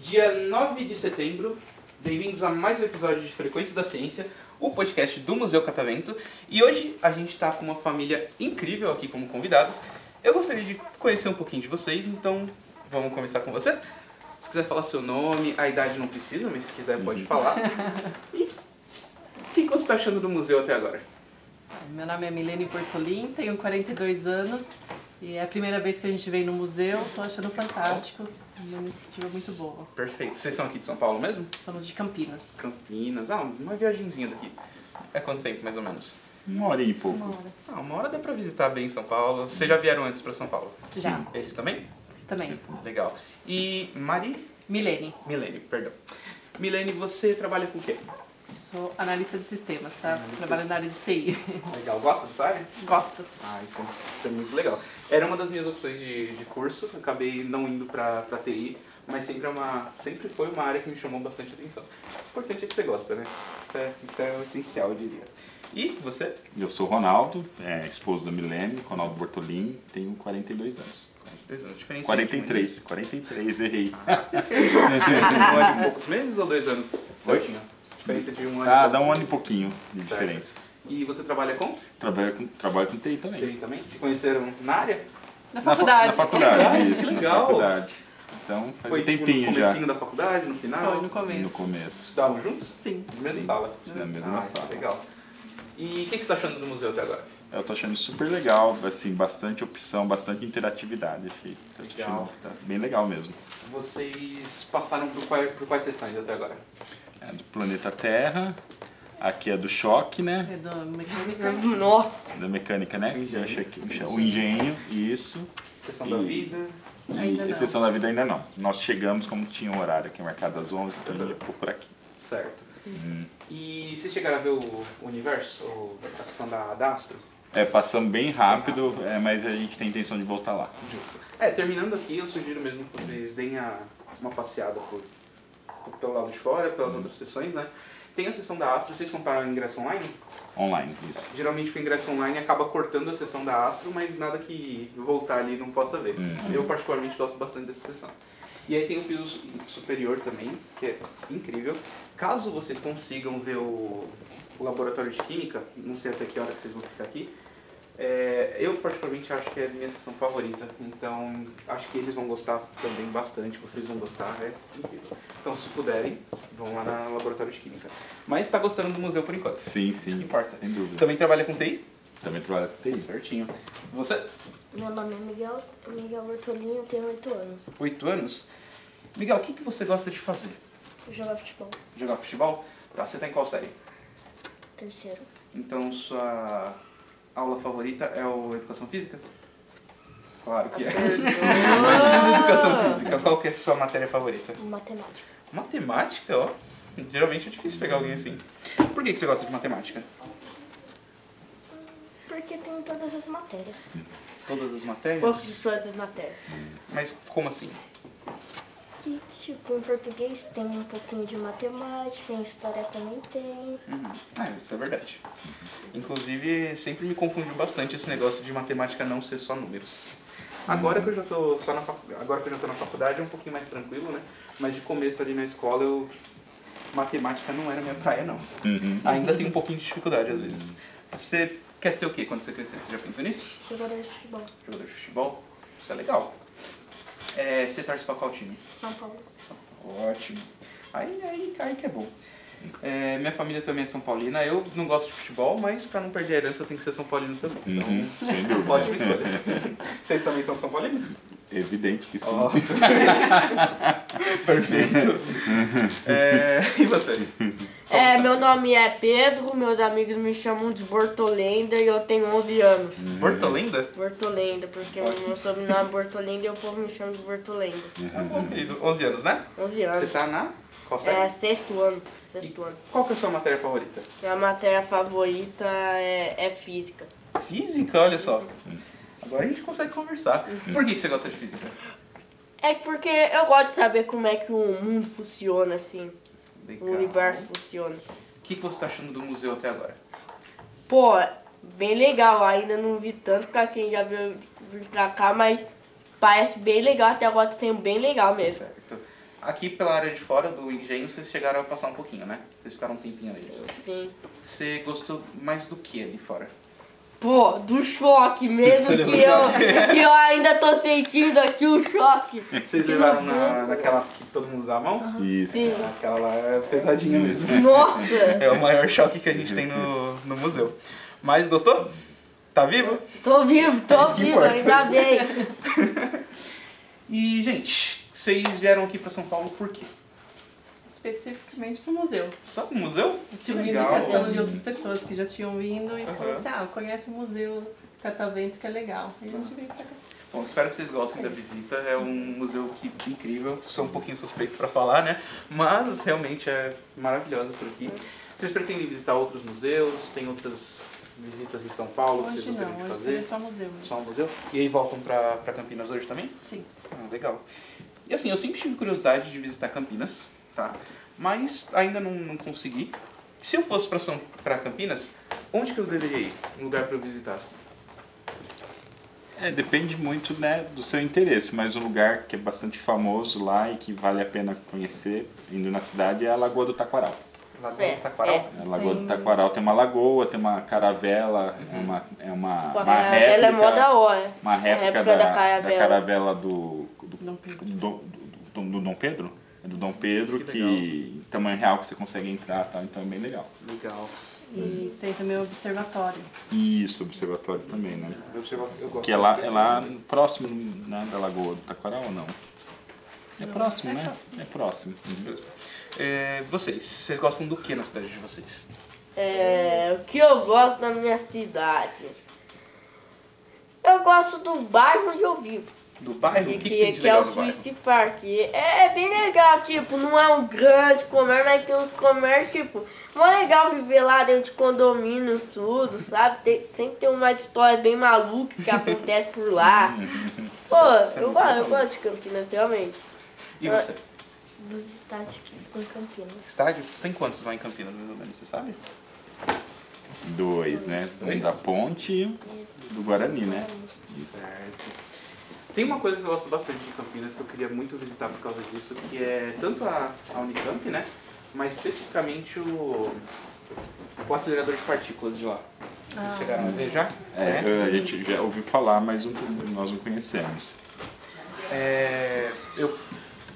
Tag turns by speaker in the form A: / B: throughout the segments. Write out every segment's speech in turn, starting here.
A: Dia 9 de setembro, bem-vindos a mais um episódio de Frequência da Ciência, o podcast do Museu Catavento. E hoje a gente está com uma família incrível aqui como convidados. Eu gostaria de conhecer um pouquinho de vocês, então vamos começar com você. Se quiser falar seu nome, a idade não precisa, mas se quiser pode falar. E o que que você está achando do museu até agora?
B: Meu nome é Milene Portolim, tenho 42 anos e é a primeira vez que a gente vem no museu. Estou achando fantástico, uma iniciativa muito boa.
A: Perfeito. Vocês são aqui de São Paulo mesmo?
B: Somos de Campinas.
A: Campinas. Ah, uma viagenzinha daqui. É quanto tempo, mais ou menos?
C: Uma hora e pouco.
A: Ah, uma hora dá pra visitar bem São Paulo. Vocês já vieram antes pra São Paulo?
B: Já.
A: Eles também?
B: Também.
A: Legal. E Mari?
B: Milene,
A: Milene, perdão. Milene, você trabalha com o quê?
B: sou analista de sistemas, tá? Trabalho na área de TI.
A: Legal. Gosta dessa área?
B: Gosto.
A: Ah, isso é, isso é muito legal. Era uma das minhas opções de, de curso, eu acabei não indo pra, pra TI, mas sempre, é uma, sempre foi uma área que me chamou bastante atenção. O importante é que você gosta, né? Isso é, isso é o essencial, eu diria. E você?
C: Eu sou o Ronaldo, é, esposo da Milene, Ronaldo Bortolini, tenho 42 anos.
A: Dois anos, diferença
C: 43, 43, errei.
A: de Um ano e poucos meses ou dois anos?
C: Oi?
A: Certinho. Diferença de um ano. e
C: Dá,
A: poucos
C: dá um ano e
A: meses.
C: pouquinho de
A: Certo.
C: diferença.
A: E você trabalha com?
C: Trabalho com, trabalho com TI também.
A: Vocês também? Se conheceram na área?
B: Na
C: Na, fa-
B: faculdade.
C: na faculdade,
A: Que
C: isso,
A: legal.
C: na faculdade. Então faz um
A: tipo,
C: tempinho
A: no
C: já,
A: comecinho da faculdade, no final?
B: Foi no começo.
C: no começo.
A: Estudavam juntos?
B: Sim.
A: Na mesma
C: Sim,
A: sala.
C: na mesma
A: ah,
C: sala.
A: que Legal. E o que, que você tá achando do museu até agora?
C: Eu tô achando super legal, assim, bastante opção, bastante interatividade. achei. Tô achando-
A: Legal.
C: tá bem legal mesmo.
A: Vocês passaram por quais, por quais sessões até agora?
C: É do planeta Terra, aqui é do choque, né?
B: É do mecânica.
D: Nossa!
C: da mecânica, né?
A: O
C: Que eu achei que-
A: engenho.
C: o engenho, isso.
A: Sessão da
C: E-
A: vida?
B: Ainda
C: e
B: não.
C: exceção da vida ainda não. Nós chegamos, como tinha um horário aqui marcado às 11, então a gente ficou por aqui.
A: Certo.
C: Hum.
A: E vocês chegaram a ver o universo? Ou a sessão da, da Astro?
C: É, passamos bem rápido, é, mas a gente tem intenção de voltar lá.
A: É, terminando aqui, eu sugiro mesmo que vocês deem a- uma passeada por, por- pelo lado de fora,
C: Uhum.
A: pelas outras sessões, né? Tem a sessão da Astro, vocês compraram o ingresso online?
C: Online, isso.
A: Geralmente com o ingresso online acaba cortando a sessão da Astro, mas nada que voltar ali não possa ver.
C: Uhum.
A: Eu particularmente gosto bastante dessa sessão. E aí tem o piso su- superior também, que é incrível. Caso vocês consigam ver o, o laboratório de química, não sei até que hora que vocês vão ficar aqui, é, eu particularmente acho que é a minha sessão favorita, então acho que eles vão gostar também bastante, vocês vão gostar, é incrível. Então se puderem, vão lá no laboratório de química. Mas está gostando do museu por enquanto.
C: Sim, sim.
A: Isso que importa.
C: Sem dúvida.
A: Também trabalha com TI?
C: Também trabalho com TI.
A: Certinho. Você,
D: Meu nome é Miguel, Miguel Bortolini, eu tenho 8 anos.
A: 8 anos. Miguel, o que, que você gosta de fazer?
D: Eu jogo futebol,
A: Jogar futebol? Tá, você tá em qual série?
D: terceiro.
A: Então sua aula favorita é o Educação Física? Claro que é. Imagina Educação Física, qual que é a sua matéria favorita?
D: Matemática.
A: Matemática, ó. Geralmente é difícil pegar alguém assim. Por que, que você gosta de matemática?
D: Porque tem todas as matérias.
A: Todas as matérias?
D: Gosto de todas as
E: É,
D: matérias.
A: Mas como assim?
D: Que, tipo, em português tem um pouquinho de matemática, em história também tem.
A: Uhum. Ah, isso é verdade. Inclusive, sempre me confundiu bastante esse negócio de matemática não ser só números. Agora que eu já tô só na facu- agora que eu já tô na faculdade é um pouquinho mais tranquilo, né? Mas de começo ali na escola eu matemática não era minha praia não.
C: Uhum.
A: Ainda tem um pouquinho de dificuldade às vezes. Você quer ser o quê quando você crescer? Você já pensou nisso?
D: Jogador de futebol.
A: Jogador de futebol? Isso é legal. É, você torce pra qual time?
D: São Paulo.
A: Ótimo. Aí, aí, aí que é bom. É, minha família também é São Paulina. Eu não gosto de futebol, mas pra não perder a herança eu tenho que ser São Paulino também. Então,
C: Uhum, Sem dúvida.
A: ótima escolha. Vocês também são São Paulinos?
C: Evidente que sim.
A: Ó. Perfeito. É, e você?
E: É, meu nome é Pedro, meus amigos me chamam de Bortolenda e eu tenho 11 anos.
A: Bortolenda?
E: Bortolenda, porque o meu sobrenome é Bortolenda e o povo me chama de Bortolenda.
A: Tá bom, querido. 11 anos, né?
E: 11
A: Você
E: anos.
A: tá na... Qual
E: É,
A: série?
E: sexto ano, sexto ano.
A: Qual que é a sua matéria favorita?
E: Minha matéria favorita é, é física.
A: Física, olha só. Agora a gente consegue conversar.
E: Uhum.
A: Por que, que você gosta de física?
E: É porque eu gosto de saber como é que o mundo funciona, assim, o
A: Legal.
E: universo funciona.
A: O que, que, que você está achando do museu até agora?
E: Pô, bem legal. Ainda não vi tanto pra quem já veio vir pra cá, mas parece bem legal. Até agora tá sendo bem legal mesmo.
A: Certo. Aqui pela área de fora do engenho, vocês chegaram a passar um pouquinho, né? Vocês ficaram um tempinho ali.
E: Sim.
A: Você gostou mais do que ali fora?
E: Pô, do choque mesmo
A: Você
E: que
A: levou
E: eu, que eu ainda tô sentindo aqui o choque.
A: Vocês
E: Que
A: levaram
E: no
A: na,
E: fundo-
A: naquela que todo mundo dá a mão?
C: Isso.
E: Sim.
A: Aquela lá é pesadinha mesmo.
E: Nossa,
A: É o maior choque que a gente tem no, no museu. Mas gostou? Tá vivo?
E: tô vivo, tô
A: É isso que
E: vivo,
A: importa.
E: ainda bem.
A: E, gente, vocês vieram aqui pra São Paulo por quê?
B: Especificamente pro museu.
A: Só pro museu? Que
B: Tive
A: legal.
B: indicação de outras pessoas que já tinham vindo e falou
A: Aham.
B: assim, ah, conhece o museu Catavento que é legal. E a gente veio pra cá.
A: Bom, espero que vocês gostem da visita. É um museu que incrível. Sou um pouquinho suspeito pra falar, né? Mas realmente é maravilhoso por aqui. Vocês pretendem visitar outros museus? Tem outras visitas em São Paulo que
B: Hoje
A: vocês
B: não,
A: gostariam de
B: hoje
A: fazer?
B: seria só museu mesmo.
A: Só um museu? E aí voltam pra, pra Campinas hoje também?
B: Sim.
A: Ah, legal. E assim, eu sempre tive curiosidade de visitar Campinas, tá? Mas ainda não, não consegui. Se eu fosse pra, São, pra Campinas, onde que eu deveria ir? Um lugar pra eu visitar? assim?
C: É, depende muito né, do seu interesse, mas um lugar que é bastante famoso lá e que vale a pena conhecer indo na cidade é a Lagoa do Taquaral.
A: Lagoa
E: É,
A: do Taquaral?
C: A Lagoa
B: Tem-
C: do Taquaral tem uma lagoa, tem uma caravela, é uma, é uma, tá
E: Pô, a
C: uma
E: caravela é mó da hora.
C: Uma réplica,
E: réplica
C: da,
E: da caravela.
C: da caravela do, do,
B: Dom Pedro.
C: do, do, do- do Dom Pedro? É do Dom Pedro,
A: Que
C: que,
A: legal.
C: em tamanho real que você consegue entrar, tá? então é bem legal.
A: Legal.
B: E tem também o observatório.
C: E isso, observatório também, né?
A: Eu, observo, eu gosto
C: Que é lá, é lá próximo né, da Lagoa do Taquaral ou não? É próximo, né? É próximo. Uhum.
A: É, vocês, vocês gostam do que na cidade de vocês?
E: É, o que eu gosto da minha cidade? Eu gosto do bairro onde eu vivo.
A: Do bairro?
E: Que,
A: o que,
E: que-
A: que tem de
E: que é
A: legal
E: o
A: no bairro?
E: Suicide Park. É, é bem legal, tipo, não é um grande comércio, mas tem uns comércios, tipo, mó legal viver lá dentro de condomínio, tudo, sabe? Tem- sempre tem uma história bem maluca que acontece por lá. Pô,
A: Isso é
E: eu,
A: muito
E: gosto, eu
A: legal.
E: gosto de Campinas, realmente.
A: E você?
D: Dos estádios que ficam em Campinas.
A: Estádio? Você tem quantos lá em Campinas, mais ou menos, você sabe?
C: Dois, né? Um
A: Dois?
C: da ponte e do Guarani, né? Isso.
A: Certo. Tem uma coisa que eu gosto bastante de Campinas que eu queria muito visitar por causa disso, que é tanto a, a Unicamp, né? Mas especificamente o, o acelerador de partículas de lá.
E: Ah.
A: Vocês chegaram a ver já?
C: É,
A: Conhecem?
C: a gente já ouviu falar, mas não- nós não conhecemos.
A: É, eu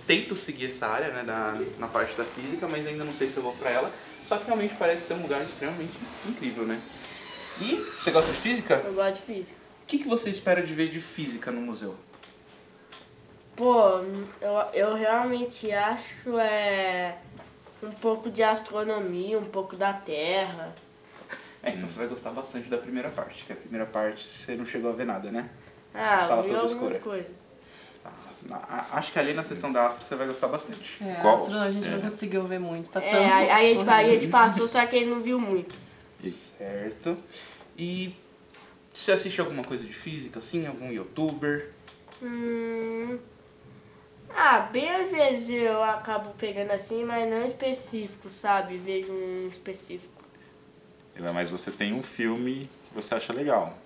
A: tento seguir essa área, né, na, na parte da física, mas ainda não sei se eu vou pra ela. Só que realmente parece ser um lugar extremamente incrível, né? E você gosta de física?
E: Eu gosto de física.
A: O que, que você espera de ver de física no museu?
E: Pô, eu, eu realmente acho é um pouco de astronomia, um pouco da Terra.
A: É, então você vai gostar bastante da primeira parte, que a primeira parte você não chegou a ver nada, né?
E: Ah,
A: Sala
E: vi
A: toda
E: algumas
A: escura.
E: coisas.
A: Ah, a- Acho que ali na sessão da Astro você vai gostar bastante.
B: É,
C: Qual?
B: a astro- a gente
C: É.
B: não conseguiu ver muito. Passamos
E: É, aí, aí a, gente,
B: por-
E: aí a gente passou, só que ele não viu muito.
C: Isso.
A: Certo. E você assiste alguma coisa de física, assim? Algum youtuber?
E: Hum. Ah, bem às vezes eu acabo pegando assim, mas não específico, sabe? Vejo um específico.
C: Ela- Mas você tem um filme que você acha legal,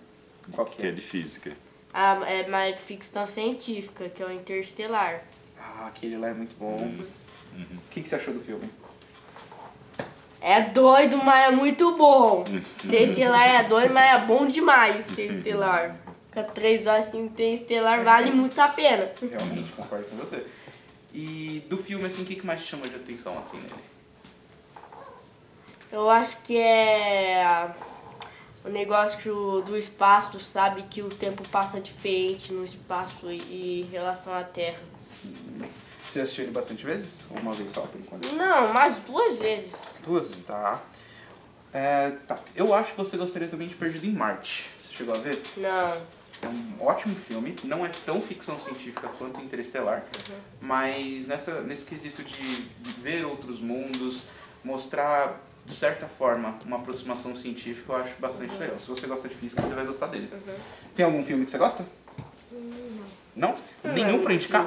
A: Qual
C: que é de física.
E: Ah, é mais ficção científica, que é o Interestelar.
A: Ah, aquele lá é muito bom. O que, que você achou do filme?
E: É doido, mas é muito bom. Interestelar é doido, mas é bom demais, Interestelar. Fica três horas assim, Interestelar vale muito a pena.
A: Realmente concordo com você. E do filme, assim, o que, que mais te chama de atenção, assim, nele?
E: Eu acho que é o negócio do espaço, sabe? Que o tempo passa diferente no espaço e em relação à Terra.
A: Você assistiu ele bastante vezes? Ou uma vez só, por enquanto?
E: Não, mais duas vezes.
A: Duas, tá. É, tá. Eu acho que você gostaria também de Perdido em Marte. Você chegou a ver?
E: Não.
A: É um ótimo filme, não é tão ficção científica quanto Interestelar, mas nessa, nesse quesito de ver outros mundos, mostrar de certa forma uma aproximação científica, eu acho bastante legal. Se você gosta de física, você vai gostar dele.
C: Uhum.
A: Tem algum filme que você gosta? Não. Não? Nenhum pra indicar?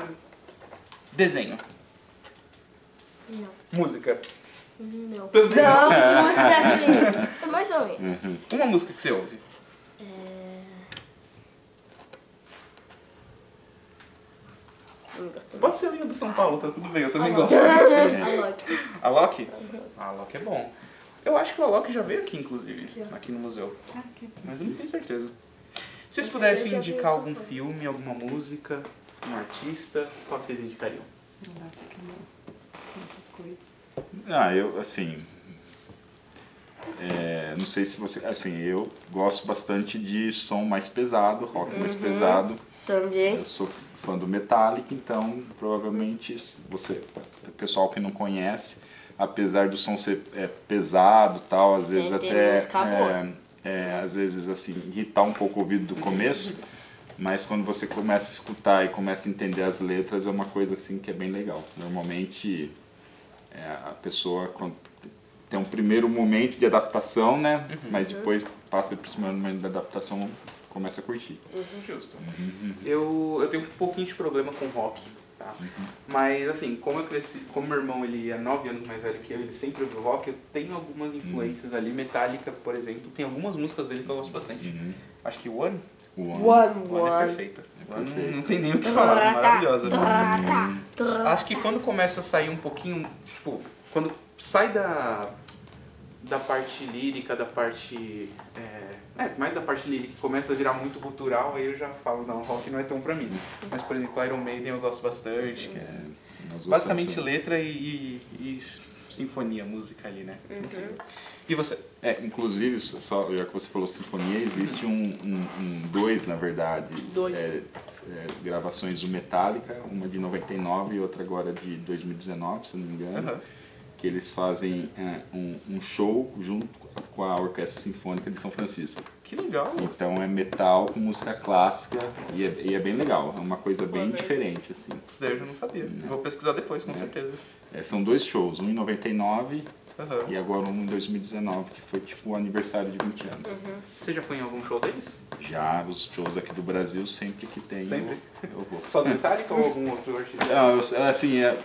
A: Desenho.
D: Não.
A: Música.
D: Hum, Não.
A: Também
E: Não, Uhum. música assim.
D: É mais ou menos. É,
A: Uma música que você ouve. Pode ser a minha do São Paulo, tá tudo bem, eu também gosto.
D: A Loki.
A: A Loki? A Loki é bom. Eu acho que o Alok já veio aqui, inclusive, aqui no museu.
E: Ah,
A: Mas eu não tenho certeza. Se vocês
D: certeza
A: pudessem
D: já veio
A: indicar
D: São
A: algum
D: Paulo.
A: filme, alguma música, um artista, qual que vocês indicariam?
B: Nossa, que não. Essas coisas.
C: Ah, eu, assim. é, não sei se você. Assim, eu gosto bastante de som mais pesado, rock mais pesado.
E: Também.
C: Eu sou fã do Metallica, então provavelmente se você, o pessoal que não conhece, apesar do som ser é, pesado, tal, às vezes
E: Tem- tem
C: até
E: música boa.
C: é, é, às vezes assim irritar um pouco o ouvido do começo, mas quando você começa a escutar e começa a entender as letras é uma coisa assim que é bem legal. Normalmente é, a pessoa quando tem um primeiro momento de adaptação, né?
E: Uhum.
C: Mas depois que passa esse primeiro momento da adaptação começa a curtir. Uhum.
A: Justo. Eu, eu tenho um pouquinho de problema com rock, tá? Mas assim, como eu cresci, como meu irmão ele é 9 anos mais velho que eu, ele sempre ouviu rock, eu tenho algumas influências ali, Metallica, por exemplo, tem algumas músicas dele que eu gosto bastante.
C: Uhum.
A: Acho que One,
C: O ano-
E: One,
A: One é
E: one.
A: perfeita.
C: É
A: One
C: perfeita.
A: não tem nem o que falar, é maravilhosa.
D: Tá.
A: Acho que quando começa a sair um pouquinho, tipo, quando sai da da parte lírica, da parte é, é, mais da parte lírica, começa a virar muito cultural, aí eu já falo não, rock não é tão pra mim. Mas por exemplo, Iron Maiden eu gosto bastante. que é
C: Nós
A: basicamente
C: gostamos,
A: letra e, e- e sinfonia, música ali, né? E você?
C: né? É, inclusive, só- só, já que você falou sinfonia, existe um, um, um dois, na verdade.
E: Dois.
C: É, é, gravações do Metallica, uma de 99 e outra agora de 2019, se não me engano.
A: Aham.
C: Que eles fazem é, um, um show junto com a Orquestra Sinfônica de São Francisco.
A: Que legal!
C: Então é metal com música clássica e é, e é bem legal. É uma coisa bem diferente, assim.
A: Isso daí eu já não sabia. Vou pesquisar depois, com certeza.
C: É, são dois shows, um em 99
A: Aham.
C: e agora um em 2019, que foi tipo o aniversário de 20 anos.
A: Você já foi em algum show deles?
C: Já os shows aqui do Brasil, sempre que tem,
A: Sempre?
C: Eu, eu vou.
A: Só do Metallica ou algum outro artista?
C: Ah, eu- assim, é,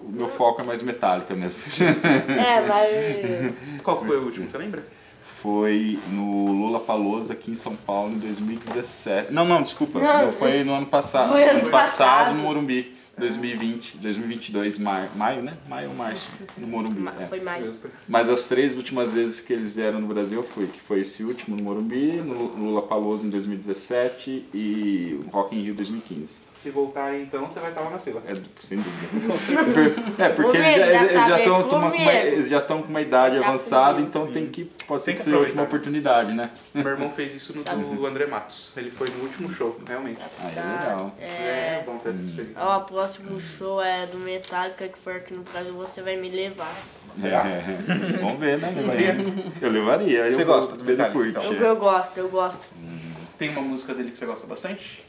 C: o meu foco é mais metálica mesmo.
E: É, mas.
A: Qual que foi o último, você lembra?
C: Foi no Lula Palosa aqui em São Paulo em 2017. Não, não, desculpa.
E: Não,
C: Não, foi no ano passado.
E: foi ano passado.
C: no Morumbi. 2020, 2022, mar, maio, né? Maio ou março, no Morumbi. é.
E: Foi mais.
A: Justo.
C: Mas as três últimas vezes que eles vieram no Brasil eu fui, que foi esse último no Morumbi, no Lula Palosa em 2017 e o Rock in Rio 2015.
A: Se voltarem então, você vai estar lá na fila.
C: É, sem dúvida. É, porque eles já-
E: Comigo,
C: eles
E: dessa
C: já
E: vez,
C: estão com, uma- com uma-
E: comigo.
C: eles já estão com uma idade
E: Tá
C: avançada,
E: comigo.
C: então tem que, pode ser
A: Tem
C: que
A: que
C: seja a última
A: aproveitar.
C: oportunidade, né?
A: Meu irmão fez isso no do André Matos. Ele foi no último show, realmente.
C: Aí
E: Tá.
C: é legal.
A: É,
E: É.
A: bom ter essa experiência.
E: Ó, o próximo show é do Metallica que for aqui no Brasil, você vai me levar.
A: Será?
C: É, vamos ver, né? Eu levaria.
A: Você
C: eu vou-
A: gosta do
C: Pedro
A: Metallica,
C: curte.
A: então?
E: Eu, eu gosto, eu gosto.
A: Tem uma música dele que você gosta bastante?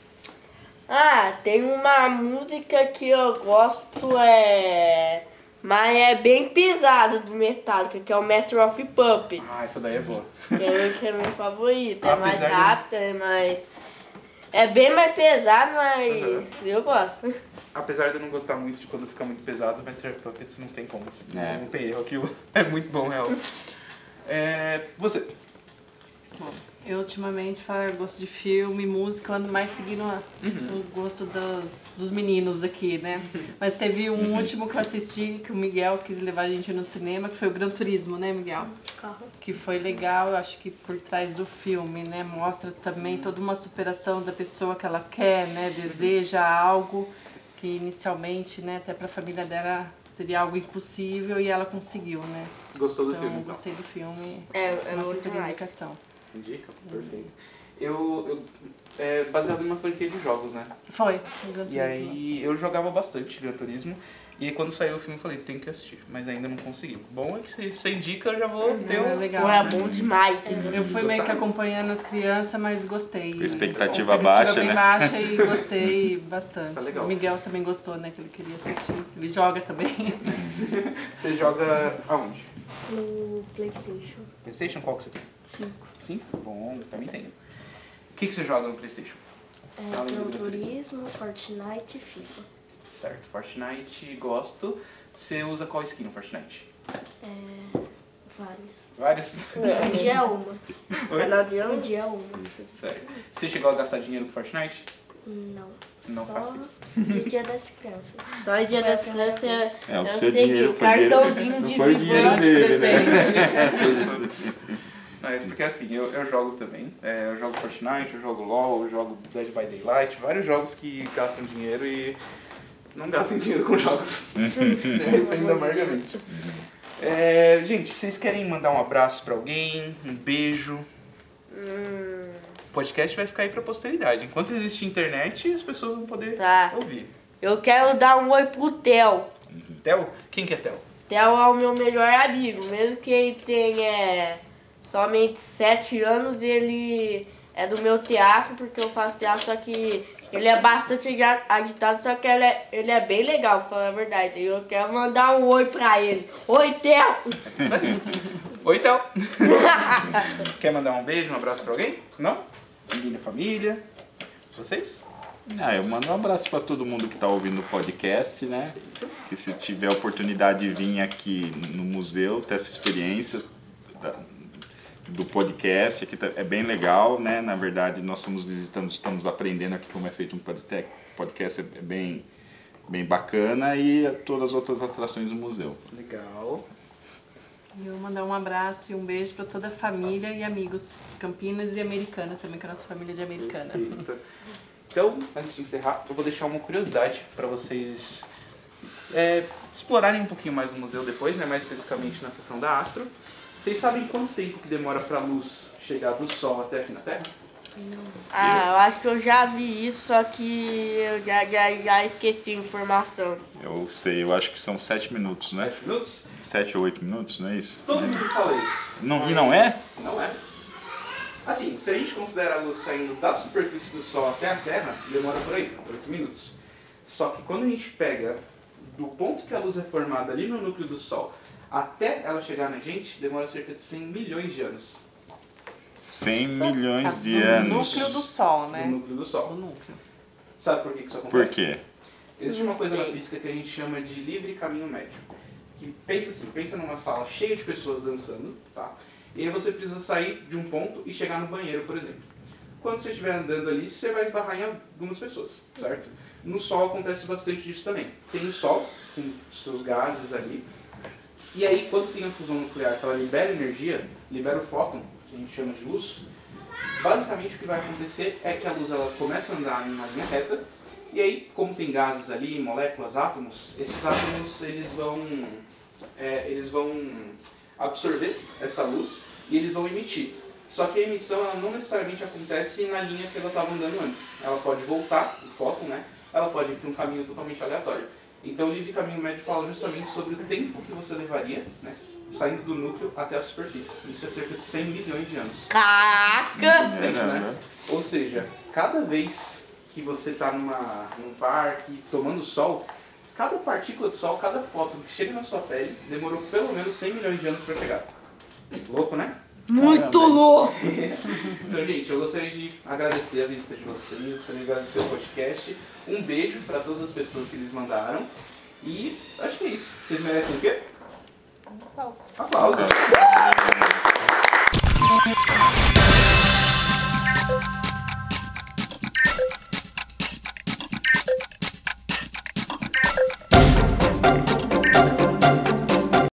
E: Ah, tem uma música que eu gosto, é. Mas é bem pesado do Metallica, que é o Master of Puppets.
A: Ah, essa daí é boa.
E: Que é o que é meu favorito. É mais
A: Apesar de-
E: rápida, é mais. É bem mais pesado, mas eu gosto.
A: Apesar de eu não gostar muito de quando fica muito pesado, mas Sir Puppets não tem como.
C: É.
A: Não tem erro aquilo. É muito bom, real. É, você.
B: Bom, eu ultimamente falo gosto de filme, música, eu ando mais seguindo a-
A: Uhum.
B: o gosto dos, dos meninos aqui, né? Mas teve um
A: Uhum.
B: último que eu assisti, que o Miguel quis levar a gente no cinema, que foi o Gran Turismo, né, Miguel?
D: Carro.
B: que foi legal, eu acho que por trás do filme, né? Mostra também toda uma superação da pessoa que ela quer, né?
A: Uhum.
B: Deseja algo que inicialmente, né, até para a família dela seria algo impossível e ela conseguiu, né?
A: Gostou do
B: Então,
A: filme, então?
B: gostei do filme.
E: É, é
B: uma
E: muito
B: super
E: mais.
B: indicação.
A: Indica? Perfeito. Eu, eu- é baseado numa franquia de jogos, né?
B: Foi.
A: E aí eu jogava bastante Gran Turismo. E aí quando saiu o filme eu falei, tem que assistir. Mas ainda não consegui. Bom é que se você indica, eu já vou ter
B: é
A: um...
B: legal.
E: Pô, é bom demais.
B: Eu fui meio que
A: Gostaram?
B: acompanhando as crianças, mas gostei.
C: Com expectativa
B: baixa,
C: baixa,
B: bem
C: né?
B: baixa e gostei bastante.
A: Isso é legal.
B: O Miguel também gostou, né? Que ele queria assistir. Ele joga também.
A: Você joga aonde?
D: No Playstation.
A: Playstation qual que você tem?
D: Cinco.
A: Cinco? Bom, eu também tenho. O que, que você joga no Playstation?
D: É,
A: Além do
D: Gran
A: Gran
D: Turismo, Fortnite e FIFA.
A: Certo, Fortnite, gosto. Você usa qual skin no Fortnite?
D: É, vários.
A: Vários.
D: Um dia uma.
A: Oi?
E: Não adianta.
D: Um dia uma.
A: Sério. Você chegou a gastar dinheiro com Fortnite?
D: Não.
A: Não
D: Só
A: faça isso.
D: no dia das crianças.
E: Só em dia
D: Foi a
E: das
D: primeira
E: crianças
D: vez.
C: É, o
E: Eu
C: seu
E: sei que
C: dinheiro foi
E: cartãozinho
C: dele.
E: de
C: Não foi o dinheiro
E: vigilante
C: dele, né?
A: Não, é porque assim, eu, eu jogo também. É, eu jogo Fortnite, eu jogo LOL, eu jogo Dead by Daylight, vários jogos que gastam dinheiro e não gastem dinheiro com jogos. Eu Arrependo amargamente. É, gente, vocês querem mandar um abraço pra alguém, um beijo?
E: Hum,
A: O podcast vai ficar aí pra posteridade. Enquanto existe internet, as pessoas vão poder
E: Tá.
A: ouvir.
E: eu quero dar um oi pro Theo.
A: Theo? Quem que é Theo?
E: Theo é o meu melhor amigo, mesmo que ele tenha somente sete anos, ele é do meu teatro, porque eu faço teatro, só que ele é bastante aga- agitado, só que ele é, ele é bem legal, pra falar a verdade. Eu quero mandar um oi pra ele. Oi, Theo!
A: Oi, Theo! Quer mandar um beijo, um abraço pra alguém? Não? Ninguém da família? Vocês?
C: Ah, eu mando um abraço para todo mundo que está ouvindo o podcast, né? Que se tiver a oportunidade de vir aqui no museu, ter essa experiência da- do podcast, aqui tá- é bem legal, né? Na verdade, nós estamos visitando, estamos aprendendo aqui como é feito um podcast, podcast é bem, bem bacana e todas as outras atrações do museu.
A: Legal.
B: E eu mandar um abraço e um beijo pra toda a família e amigos. Campinas e Americana também, que é a nossa família de Americana.
A: Eita. Então, antes de encerrar, eu vou deixar uma curiosidade para vocês é, explorarem um pouquinho mais o museu depois, né? mais especificamente na seção da Astro. Vocês sabem quanto tempo que demora para a luz chegar do Sol até aqui na Terra?
E: Ah, eu acho que eu já vi isso, só que eu já, já, já esqueci a informação.
C: Eu sei, eu acho que são sete minutos, né?
A: Sete minutos?
C: Sete ou oito minutos, não é isso?
A: Todo mundo fala isso.
C: Não, e não é?
A: Não é? Assim, se a gente considera a luz saindo da superfície do Sol até a Terra, demora por aí, 8 minutos. Só que quando a gente pega do ponto que a luz é formada ali no núcleo do Sol até ela chegar na gente, demora cerca de 100 milhões de anos
C: Cem milhões de
B: Do
C: anos.
B: Tá núcleo do Sol, né?
A: no núcleo do
B: Do
A: Sol.
B: núcleo.
A: Sabe por que que isso acontece?
C: Por quê?
A: Existe uma coisa na
E: Sim.
A: física que a gente chama de livre caminho médio. Que pensa assim, pensa numa sala cheia de pessoas dançando, tá? E aí você precisa sair de um ponto e chegar no banheiro, por exemplo. Quando você estiver andando ali, você vai esbarrar em algumas pessoas, certo? No sol acontece bastante disso também. Tem o sol, com seus gases ali. E aí, quando tem a fusão nuclear, que ela libera energia, libera o fóton, que a gente chama de luz, basicamente o que vai acontecer é que a luz ela começa a andar em uma linha reta, e aí, como tem gases ali, moléculas, átomos, esses átomos eles vão, é, eles vão absorver essa luz e eles vão emitir. Só que a emissão ela não necessariamente acontece na linha que ela estava andando antes. Ela pode voltar, o foco, né? Ela pode ir para um caminho totalmente aleatório. Então, o livre caminho médio fala justamente sobre o tempo que você levaria, né? Saindo do núcleo até a superfície. Isso é cerca de 100 milhões de anos.
E: Caraca!
C: É, não, né?
A: Ou seja, cada vez que você está num parque tomando sol, cada partícula de sol, cada fóton que chega na sua pele, demorou pelo menos 100 milhões de anos para chegar. Louco, né?
E: Muito louco!
A: Então, gente, eu gostaria de agradecer a visita de vocês, gostaria de agradecer o podcast. Um beijo para todas as pessoas que eles mandaram. E acho que é isso. Vocês merecem o quê? Aplausos. Aplausos.